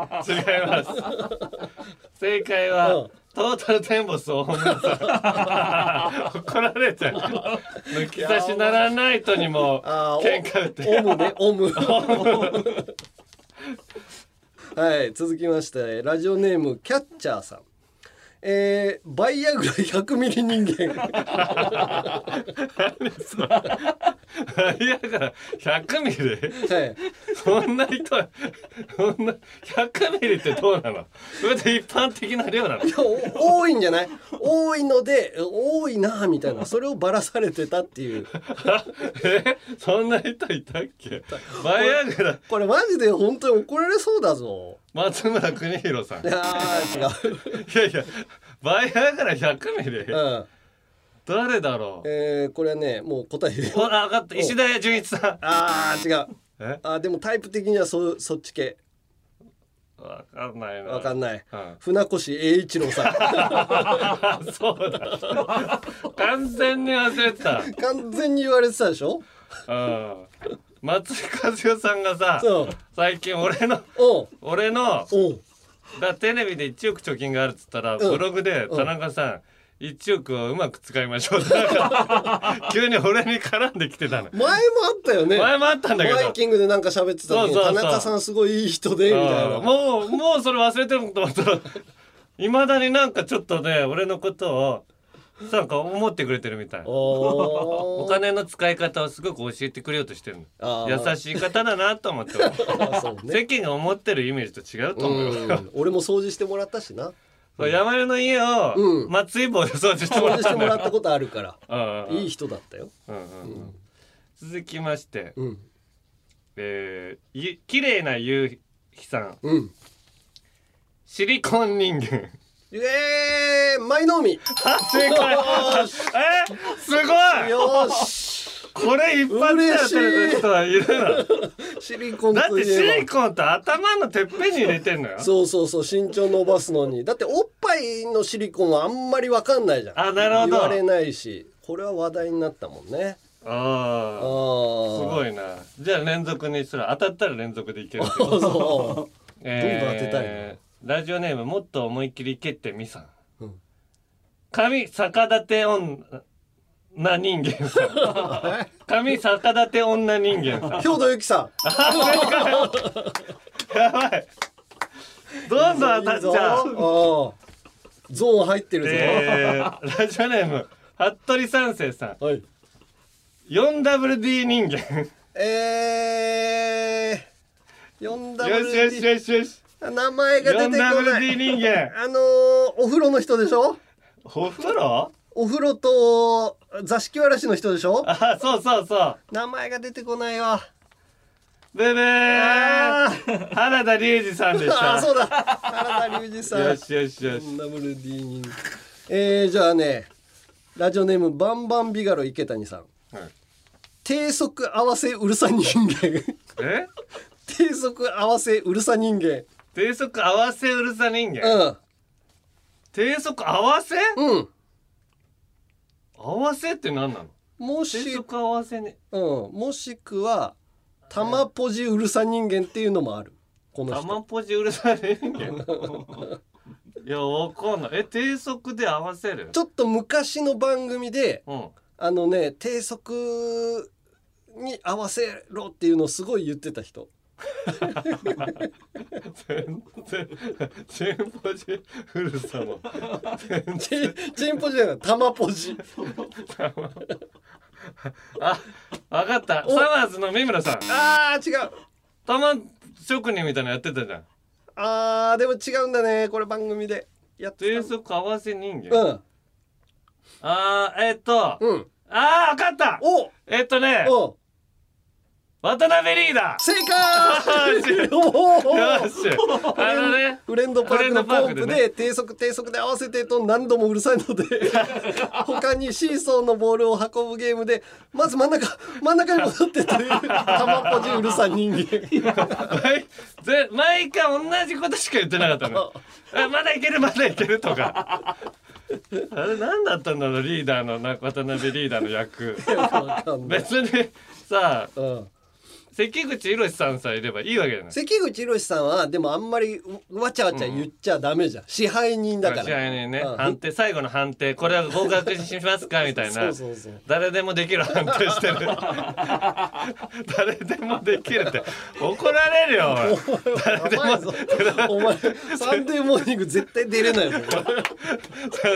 A: ます正解は、トータルテンボス大村さん怒られちゃう抜き差しならないとにも
B: あ
A: 喧
B: ー
A: 嘩打って
B: オムねオムはい続きましてラジオネームキャッチャーさんえー、バイアグラ100ミリ人間
A: いやだから100ミリ、
B: はい、
A: そんな人そんな100ミリってどうなのそれで一般的な量なの
B: いや *laughs* お多いんじゃない多いので多いなみたいなそれをばらされてたっていう
A: えそんな人いたっけバイアグラ
B: これマジで本当に怒られそうだぞ
A: 松村邦弘さん
B: いやー違う
A: いやいやバイアグラ100ミリ、
B: うん
A: 誰だろう
B: えー、これはねもう答え言う
A: ほら分かった石田純一さん
B: あー違うあーでもタイプ的にはそそっち系
A: わかんないな
B: わかんない、
A: うん
B: 船越英一郎さ
A: そうだ完全に忘れてた
B: ん *laughs* 完全に言われてたでしょ
A: うん松井和代さんがさ
B: そう
A: 最近俺の俺のだテレビで1億貯金があるっつったら、ブログで田中さん、1億をうまく使いましょうってなん
B: *laughs*
A: か急に俺に絡んできてたの
B: 前もあったよね
A: 前もあったんだけど
B: バイキングでなんか喋ってた時に
A: そうそうそう
B: 田中さんすごいいい人でみたい
A: うん
B: な
A: もうもうそれ忘れてると思ったらいまだになんかちょっとね俺のことをなんか思ってくれてるみたいお金の使い方をすごく教えてくれようとしてる
B: あ
A: の
B: ー
A: 優しい方だなと思
B: *laughs*
A: って世間が思ってるイメージと違うと思う
B: う
A: よ
B: ん俺も掃除してもらったしな
A: そう山根の家を松井棒で掃除しても
B: 掃
A: らっ
B: 除して
A: たんだ
B: もら
A: よ
B: ったことあるか
A: *laughs*
B: ら
A: うんうんうん
B: *laughs* いい人だったよ
A: うんうんうん続きまして、
B: うん
A: えーゆ綺麗な夕日さん、
B: うん
A: シリコン人間
B: えー、舞の海
A: 正解
B: よー
A: えすごい
B: よし
A: これ一発で当てる人はいるの
B: シリコン
A: だっ
B: といえば
A: てシリコンって頭のてっぺんに入れてんのよ
B: そうそうそう身長伸ばすのにだっておっぱいのシリコンはあんまりわかんないじゃん
A: あなるほど
B: 言われないしこれは話題になったもんね
A: ああ
B: ー
A: すごいなじゃあ連続にする当たったら連続でいける *laughs* け
B: どそうどんどん当てたい
A: えーラジオネームもっと思いっきり蹴ってみさん、
B: うん
A: 髪逆立て女人間さ *laughs* ん髪逆立て女人間さん
B: 兵藤由紀さ
A: やばい *laughs* どんどん当たっちゃ
B: ん
A: う
B: ああゾーン入ってるぞ、
A: えーラジオネーム服部三世さん、
B: はい、
A: 4WD 人間
B: えー、4WD
A: よしよしよしよし
B: 名前が出てこない
A: 4WD 人間
B: あのー、お風呂の人でしょ
A: お風呂
B: お風呂と座敷わらしの人でしょ
A: あそうそうそう
B: 名前が出てこないわ
A: ブブー原田龍二さんでした
B: *laughs* あーそうだ原田隆二さん
A: よしよしよし
B: 4WD 人えー、じゃあねラジオネームバンバンビガロ池谷さん低速合わせうるさ人間 *laughs*
A: え
B: 低速合わせうるさ人間
A: 低速合わせうるさ人間、
B: うん
A: 低速合わせ
B: うん
A: 合わせって何なの
B: もし
A: 低速合わせね
B: うんもしくは玉ポジうるさ人間っていうのもあるこの人
A: 玉ポジうるさ人
B: *laughs*
A: 間いやわかんないえ低速で合わせる
B: ちょっと昔の番組で、
A: うん
B: あのね低速に合わせろっていうのをすごい言ってた人
A: 全然全ポジうるさも
B: チンチンポジじゃない玉ポジ
A: あ、わかった。サマーズの三村さん。
B: あー、違う。
A: 玉職人みたいなのやってたじゃん。
B: あーでも違うんだねこれ番組でやって
A: 低速合わせ人間。
B: うん。
A: あー、えっと。
B: うん。
A: あー、わかった。
B: お
A: えっとね。渡辺リーダー。*laughs*
B: 正
A: よし
B: 解
A: よし
B: フ
A: あ
B: レ
A: の
B: ン
A: ね
B: フレンドパークのポン
A: フレンドパークで
B: プ
A: ね
B: で低速低速で合わせてと何度もうるさいので
A: *laughs*
B: 他にシーソーのボールを運ぶゲームでまず真ん中真ん中に戻ってという玉っぽじうるさい人間
A: ぜ毎回同じことしか言ってなかったのえまだいけるまだいけるとかあれ何だったんだろうリーダーのな渡辺リーダーの役別にさ
B: あ、
A: 関口宏さんさえいればいいわけじゃない
B: 関口宏さんはでもあんまりうわちゃわちゃ言っちゃダメじゃん、支配人だから
A: 試合にね、
B: うん
A: 判定最後の判定これは合格にしますかみたいな
B: *laughs* そうそうそう
A: 誰でもできる判定
B: *laughs*
A: してる誰でもできるって怒られるよ *laughs*
B: お前ぞお前サンデーモーニング絶対出れないもん
A: サ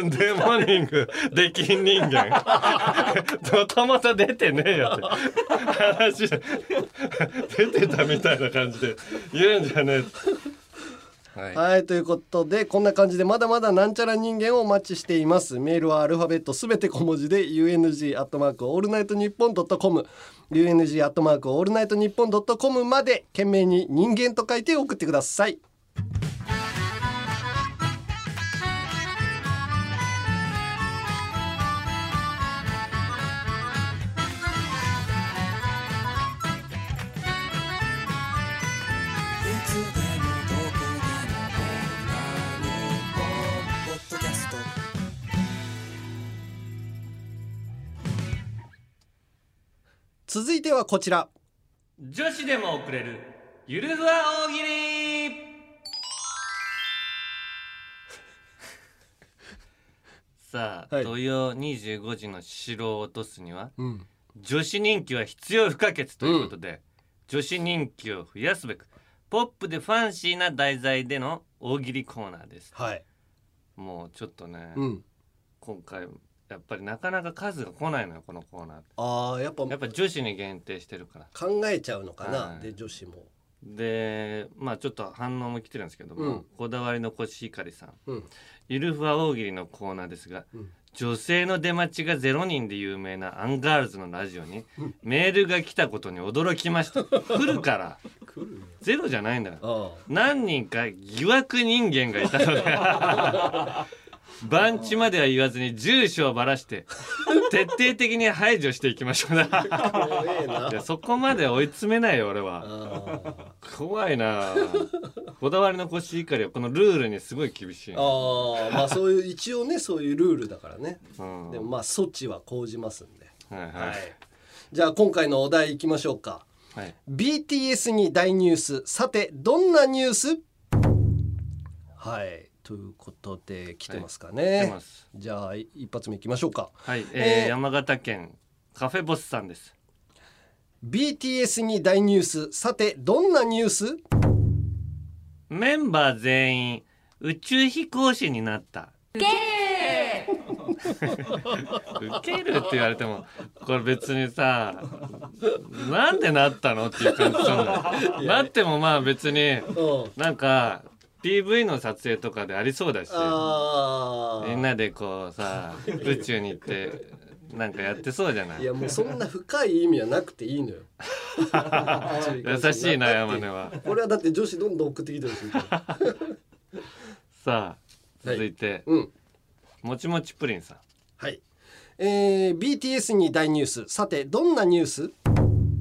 A: ンデーモーニングできん人間もともと出てねえよって話出てたみたいな感じで言うんじゃねえ
B: はい、ということでこんな感じでまだまだなんちゃら人間をお待ちしていますメールはアルファベットすべて小文字で UNG アットマークオールナイトニッポンドットコム UNG アットマークオールナイトニッポンドットコムまで懸命に人間と書いて送ってください続いてはこちら
A: 女子でも送れるゆるふわ大喜利 *laughs* さあ、土曜25時の城を落とすには、
B: うん
A: 女子人気は必要不可欠ということで、女子人気を増やすべくポップでファンシーな題材での大喜利コーナーです、
B: はい、
A: もうちょっとね、
B: うん
A: 今回やっぱりなかなか数が来ないのよこのコーナー
B: あーやっぱ
A: やっぱ女子に限定してるから
B: 考えちゃうのかな、
A: はい
B: で女子も
A: でまあちょっと反応も来てるんですけども、
B: うん
A: こだわりのコシヒカリさん
B: うん
A: 「ゆるふわ大喜利」のコーナーですが、女性の出待ちが0人で有名なアンガールズのラジオにメールが来たことに驚きました来るからゼロじゃないんだから何人か疑惑人間がいた
B: *laughs*
A: ので番地までは言わずに住所をばらして徹底的に排除していきましょうないやそこまで追い詰めないよ俺は怖いなこだわりのコシヒカリはこのルールにすごい厳しいな
B: ああまあそういう一応ねそういうルールだからね、
A: うん
B: でもまあ措置は講じますんで
A: はいはい、
B: じゃあ今回のお題いきましょうか
A: はい
B: BTS に大ニュースさてどんなニュースはいということで来てますかね、
A: はい来てます
B: じゃあい一発目いきましょうか
A: はい、えー
B: えー
A: 山形県カフェボスさんです
B: BTS に大ニュースさてどんなニュース
A: メンバー全員宇宙飛行士になったウケるって言われてもこれ別にさなんでなったのっていう感じするのよなってもまあ別になんか PV の撮影とかでありそうだし
B: あ
A: みんなでこう
B: *laughs*
A: さ宇宙に行ってなんかやってそうじゃない
B: いやもうそんな深い意味はなくていいの
A: *laughs*
B: よ *laughs*
A: 優しいな山根は
B: 俺はだって女子どんどん送ってきてるし
A: さあ続いて、もちもちプリンさん
B: はい、えー、BTS に大ニュースさてどんなニュース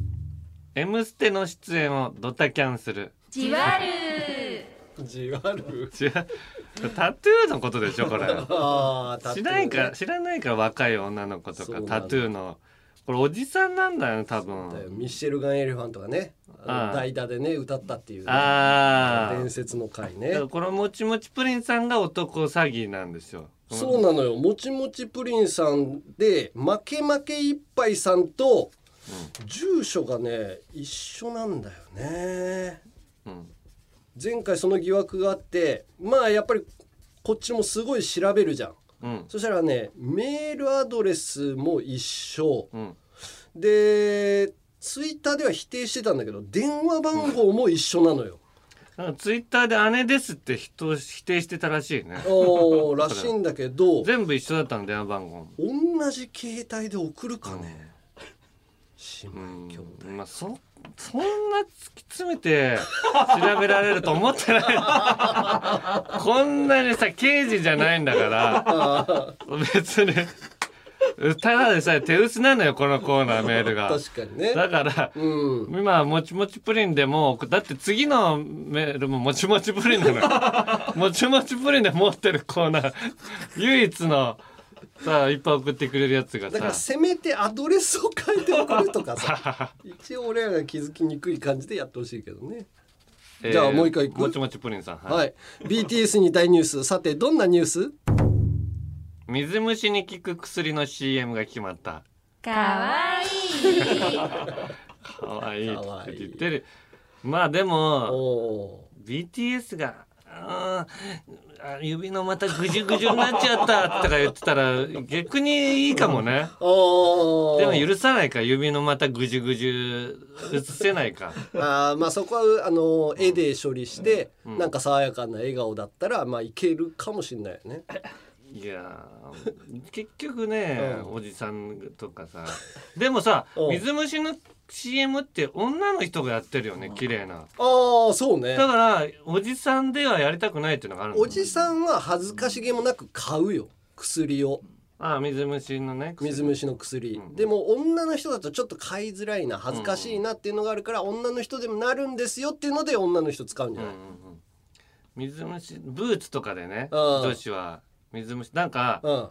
A: 「M ステ」の出演をドタキャンする
B: じわるじわる
A: 違うタトゥーのことでしょこれ
B: あ *laughs* ータト
A: 知
B: ゥーね
A: らないから知らないから若い女の子と
B: そう
A: か
B: なんだ
A: タトゥーのこれおじさんなんだよね多
B: だよ
A: 分
B: ミッシェルガンエレファントがねあ
A: あ
B: の
A: ー
B: 代打でね歌ったっていう、ね、
A: あー
B: 伝説の回
A: だ
B: ね
A: からこのもちもちプリンさんが男詐欺なんですよ
B: そうなのよもちもちプリンさんで負け負けいっぱいさんと住所がね一緒なんだよね、前回その疑惑があってまあやっぱりこっちもすごい調べるじゃん、
A: うん
B: そしたらねメールアドレスも一緒、でツイッターでは否定してたんだけど電話番号も一緒なの
A: *laughs*
B: よ。
A: なんかツイッターで姉ですって人を否定してたらしいね。
B: おーらしいんだけど
A: 全部一緒だったの電話番号も。
B: 同じ携帯で送るかね。
A: うんまあそそんな突き詰めて調べられると思ってない
B: *laughs*
A: こんなにさ刑事じゃないんだから別にただでさえ手薄なのよこのコーナーメールが
B: 確かにね
A: だから、今もちもちプリンでもうだって次のメールももちもちプリンな
B: *laughs*
A: のよもちもちプリンで持ってるコーナー唯一のさあいっぱい送ってくれるやつが
B: だから
A: さ
B: せめてアドレスを書いて送るとか
A: *laughs*
B: さ一応俺らが気づきにくい感じでやってほしいけどね。じゃあもう一回いく
A: もちもちプリンさんはい、
B: はい、BTS に大ニュースさてどんなニュース
A: 水虫に効く薬の CM が決まった
K: かわいい
A: かわいいって言ってるまあでも BTS が「あーあ指のまたぐじゅぐじゅになっちゃった」とか言ってたら逆にいいかもねでも許さないか指のまたぐじゅぐじゅ映せない
B: *laughs*
A: か
B: あーまあそこはあの絵で処理して、なんか爽やかな笑顔だったらまあいけるかもしれないよね。
A: いやー結局ね、おじさんとかさでもさ水虫の CM って女の人がやってるよね綺麗な
B: ああそうね
A: だからおじさんではやりたくないっていうのがあるの
B: おじさんは恥ずかしげもなく買うよ薬を。
A: ああ水虫のね
B: 水虫の薬、でも女の人だとちょっと買いづらいな恥ずかしいなっていうのがあるから、女の人でもなるんですよっていうので女の人使うんじゃない、
A: 水虫ブーツとかでね女子は水虫なんか、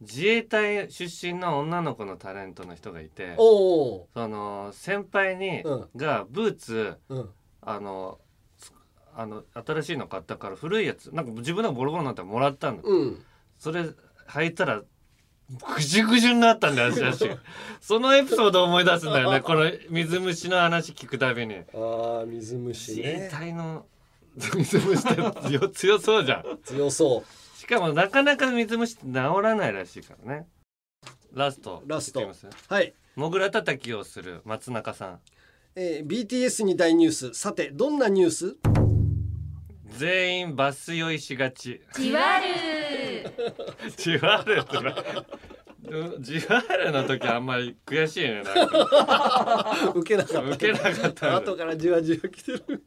A: 自衛隊出身の女の子のタレントの人がいて
B: おう
A: その先輩に、がブーツ、
B: うん
A: あのつあの新しいの買ったから古いやつなんか自分でもボロボロになったらもらったの、
B: うん
A: それ履いたらぐじゅぐじゅになったんだよ私 *laughs* そのエピソードを思い出すんだよねこの水虫の話聞くたびに
B: ああ水虫
A: 自衛
B: ね
A: 隊の *laughs* 水虫って強強そうじゃん
B: 強そう
A: しかもなかなか水虫って治らないらしいからねラストラスト
B: はい
A: もぐらたたきをする松中さん
B: えー BTS に大ニュースさてどんなニュース
A: 全員バス酔いしがち
K: じわる
A: *laughs* じわるってなじわるの時あんまり悔しいねなんか
B: *laughs* 受けなか
A: った受けなかった
B: 後からじわじわ来てる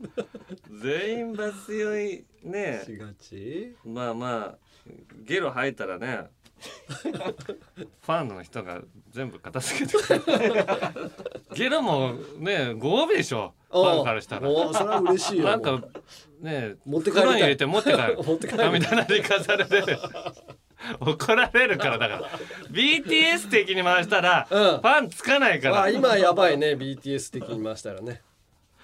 A: 全員バス酔いね
B: しがち
A: まあまあゲロ吐いたらねファンの人が全部片付けてくれるゲロもねご褒美でしょフ
B: おう
A: ァンからしたら
B: おうそれは嬉しいよ
A: なんかね
B: 持って帰りたい
A: 袋に入れて持って帰る
B: 持って帰る
A: 神棚に飾られ
B: *laughs*
A: る怒られるからだから BTS 的に回したら、ファンつかないか
B: あ
A: ら
B: ー今やばいね BTS 的に回したらね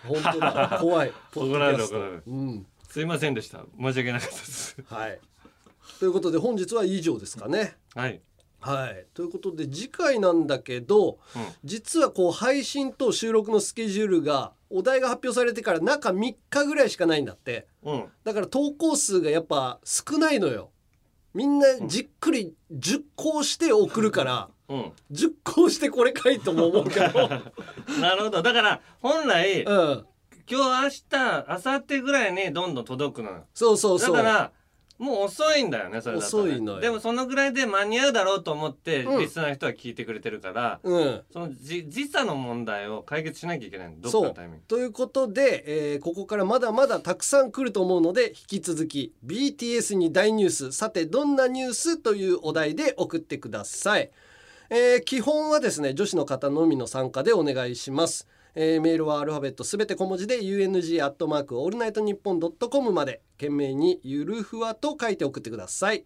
B: 本
A: *laughs*
B: 当だ怖いポッ
A: 怒
B: ドキ
A: られ
B: ャ
A: る
B: スト
A: 怒られる、
B: うん
A: すいませんでした申し訳なかったです
B: はいということで本日は以上ですかね
A: はい
B: はい、ということで次回なんだけど、実はこう配信と収録のスケジュールがお題が発表されてから中3日ぐらいしかないんだって
A: うん
B: だから投稿数がやっぱ少ないのよみんなじっくり10稿して送る
A: *laughs*
B: から、
A: うん
B: 10稿してこれかいとも思うけ
A: *laughs*
B: ど
A: なるほどだから本来、
B: 今
A: 日明日明後日ぐらいにどんどん届くのよ
B: そうそうそう
A: だからもう遅いんだよねそれだとね
B: 遅いのよ
A: でもそのぐらいで間に合うだろうと思って、
B: うん
A: リスナーの人は聞いてくれてるから、
B: うん
A: そのじ時差の問題を解決しなきゃいけないのどっか
B: そ
A: の
B: う
A: タイミング
B: ということで、えーここからまだまだたくさん来ると思うので引き続き BTS に大ニュースさてどんなニュースというお題で送ってください、えー基本はですね女子の方のみの参加でお願いします、えーメールはアルファベットすべて小文字で UNG アットマークオールナイトニッポンドットコムまで懸命にゆるふわと書いて送ってください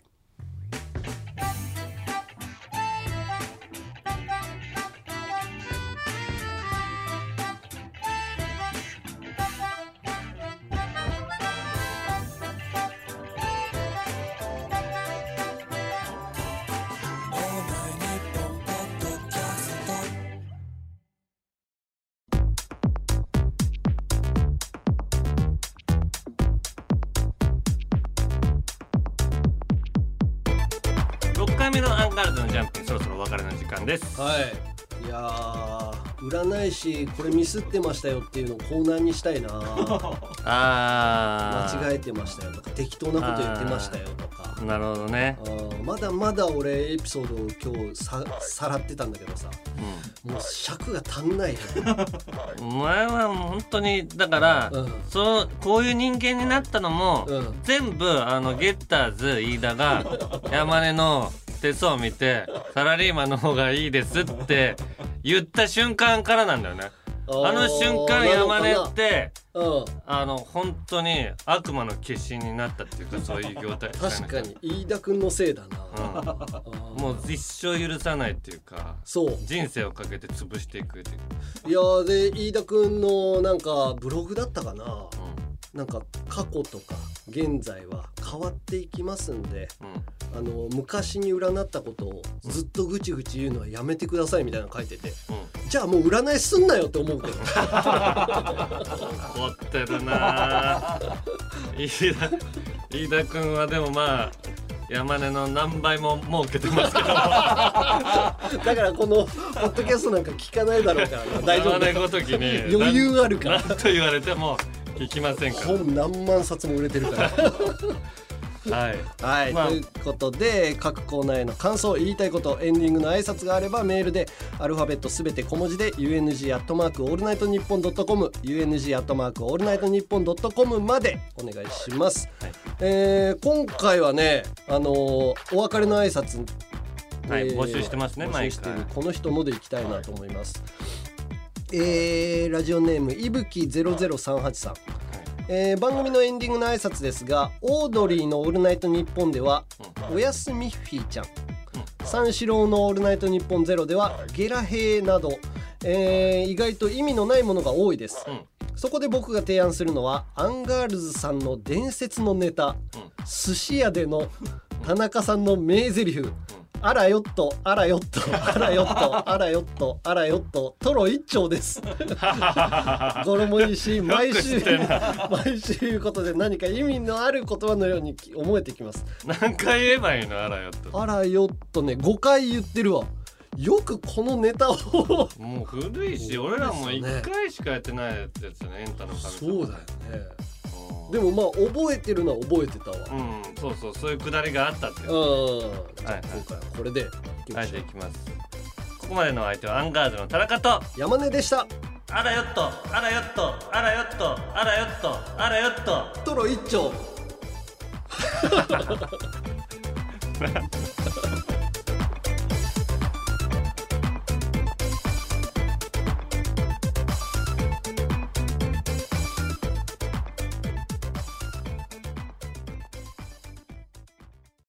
A: 6回目のアンガールズのジャンプそろそろお別れの時間です
B: はいいやー占い師これミスってましたよっていうのをコーナーにしたいな *laughs*
A: あー
B: 間違えてましたよとか適当なこと言ってましたよとか
A: なるほどね
B: あーまだまだ俺エピソードを今日ささらってたんだけどさ、もう尺が足
A: *laughs*
B: んない
A: お前はもう本当にだから、そのこういう人間になったのも、全部あのゲッターズ飯田が山根の手相を見てサラリーマンの方がいいですって言った瞬間からなんだよね。
B: ー
A: あの瞬間
B: なのか
A: 山
B: な
A: 根って、
B: うん
A: あの本当に悪魔の化身になったっていうかそういう業態
B: 確かに飯田君のせいだな
A: うん、もう一生許さないっていうか人生をかけて潰していくっていう
B: いやーで飯田君のなんかブログだったかな、なんか過去とか現在は変わっていきますんで、あの昔に占ったことをずっとぐちぐち言うのはやめてくださいみたいなの書いてて、じゃあもう占いすんなよって思うけど *laughs*
A: 怒ってるな
B: *laughs*
A: ぁ飯田飯田君はでもまあ山根の何倍も儲けてますけど
B: だからこのポッドキャストなんか聞かないだろう *laughs* からな *laughs* 大丈
A: 山根
B: 夫
A: ごときに
B: 余裕ある
A: から何と言われても聞きませんから
B: 本何万冊も売れてるから
A: はい、
B: はい、
A: まあ
B: ということで各コーナーへの感想言いたいことエンディングの挨拶があればメールでアルファベットすべて小文字で「UNG」「アットマークオールナイトニッポン」「ドットコム」「UNG」「アットマークオールナイトニッポン」「ドットコム」までお願いします、えー今回はねあのーお別れの挨拶
A: はい募集してますね
B: 募集している
A: 毎
B: この人のでいきたいなと思います、えーラジオネームいぶき0038さん、えー番組のエンディングの挨拶ですがオードリーの「オールナイトニッポン」ではおやすみフィーちゃん三四郎の「オールナイトニッポンゼロではゲラ兵など、えー意外と意味のないものが多いです、そこで僕が提案するのはアンガールズさんの伝説のネタ、寿司屋での田中さんの名台詞、あらよっとあらよっとあらよっとあらよっとあらよっとトロ一丁です
A: *laughs*
B: 語呂もいいし毎週
A: よく知ってる
B: *laughs* 毎週いうことで何か意味のある言葉のように思えてきます
A: 何回言えばいいのあらよって
B: あらよっとね5回言ってるわよくこのネタを
A: もう古いし俺らも一回しかやってないやつねエンタの神様
B: そうだよねでもまあ覚えてるのは覚えてたわ
A: うんそうそうそういうくだりがあったっていう
B: うん
A: じゃあ今
B: 回はこれで
A: はいじゃあいきますここまでの相手はアンガールズの田中と
B: 山根でした
A: あらよっとあらよっとあらよっとあらよっとあらよっと
B: トロ一丁
A: Ha ha ha.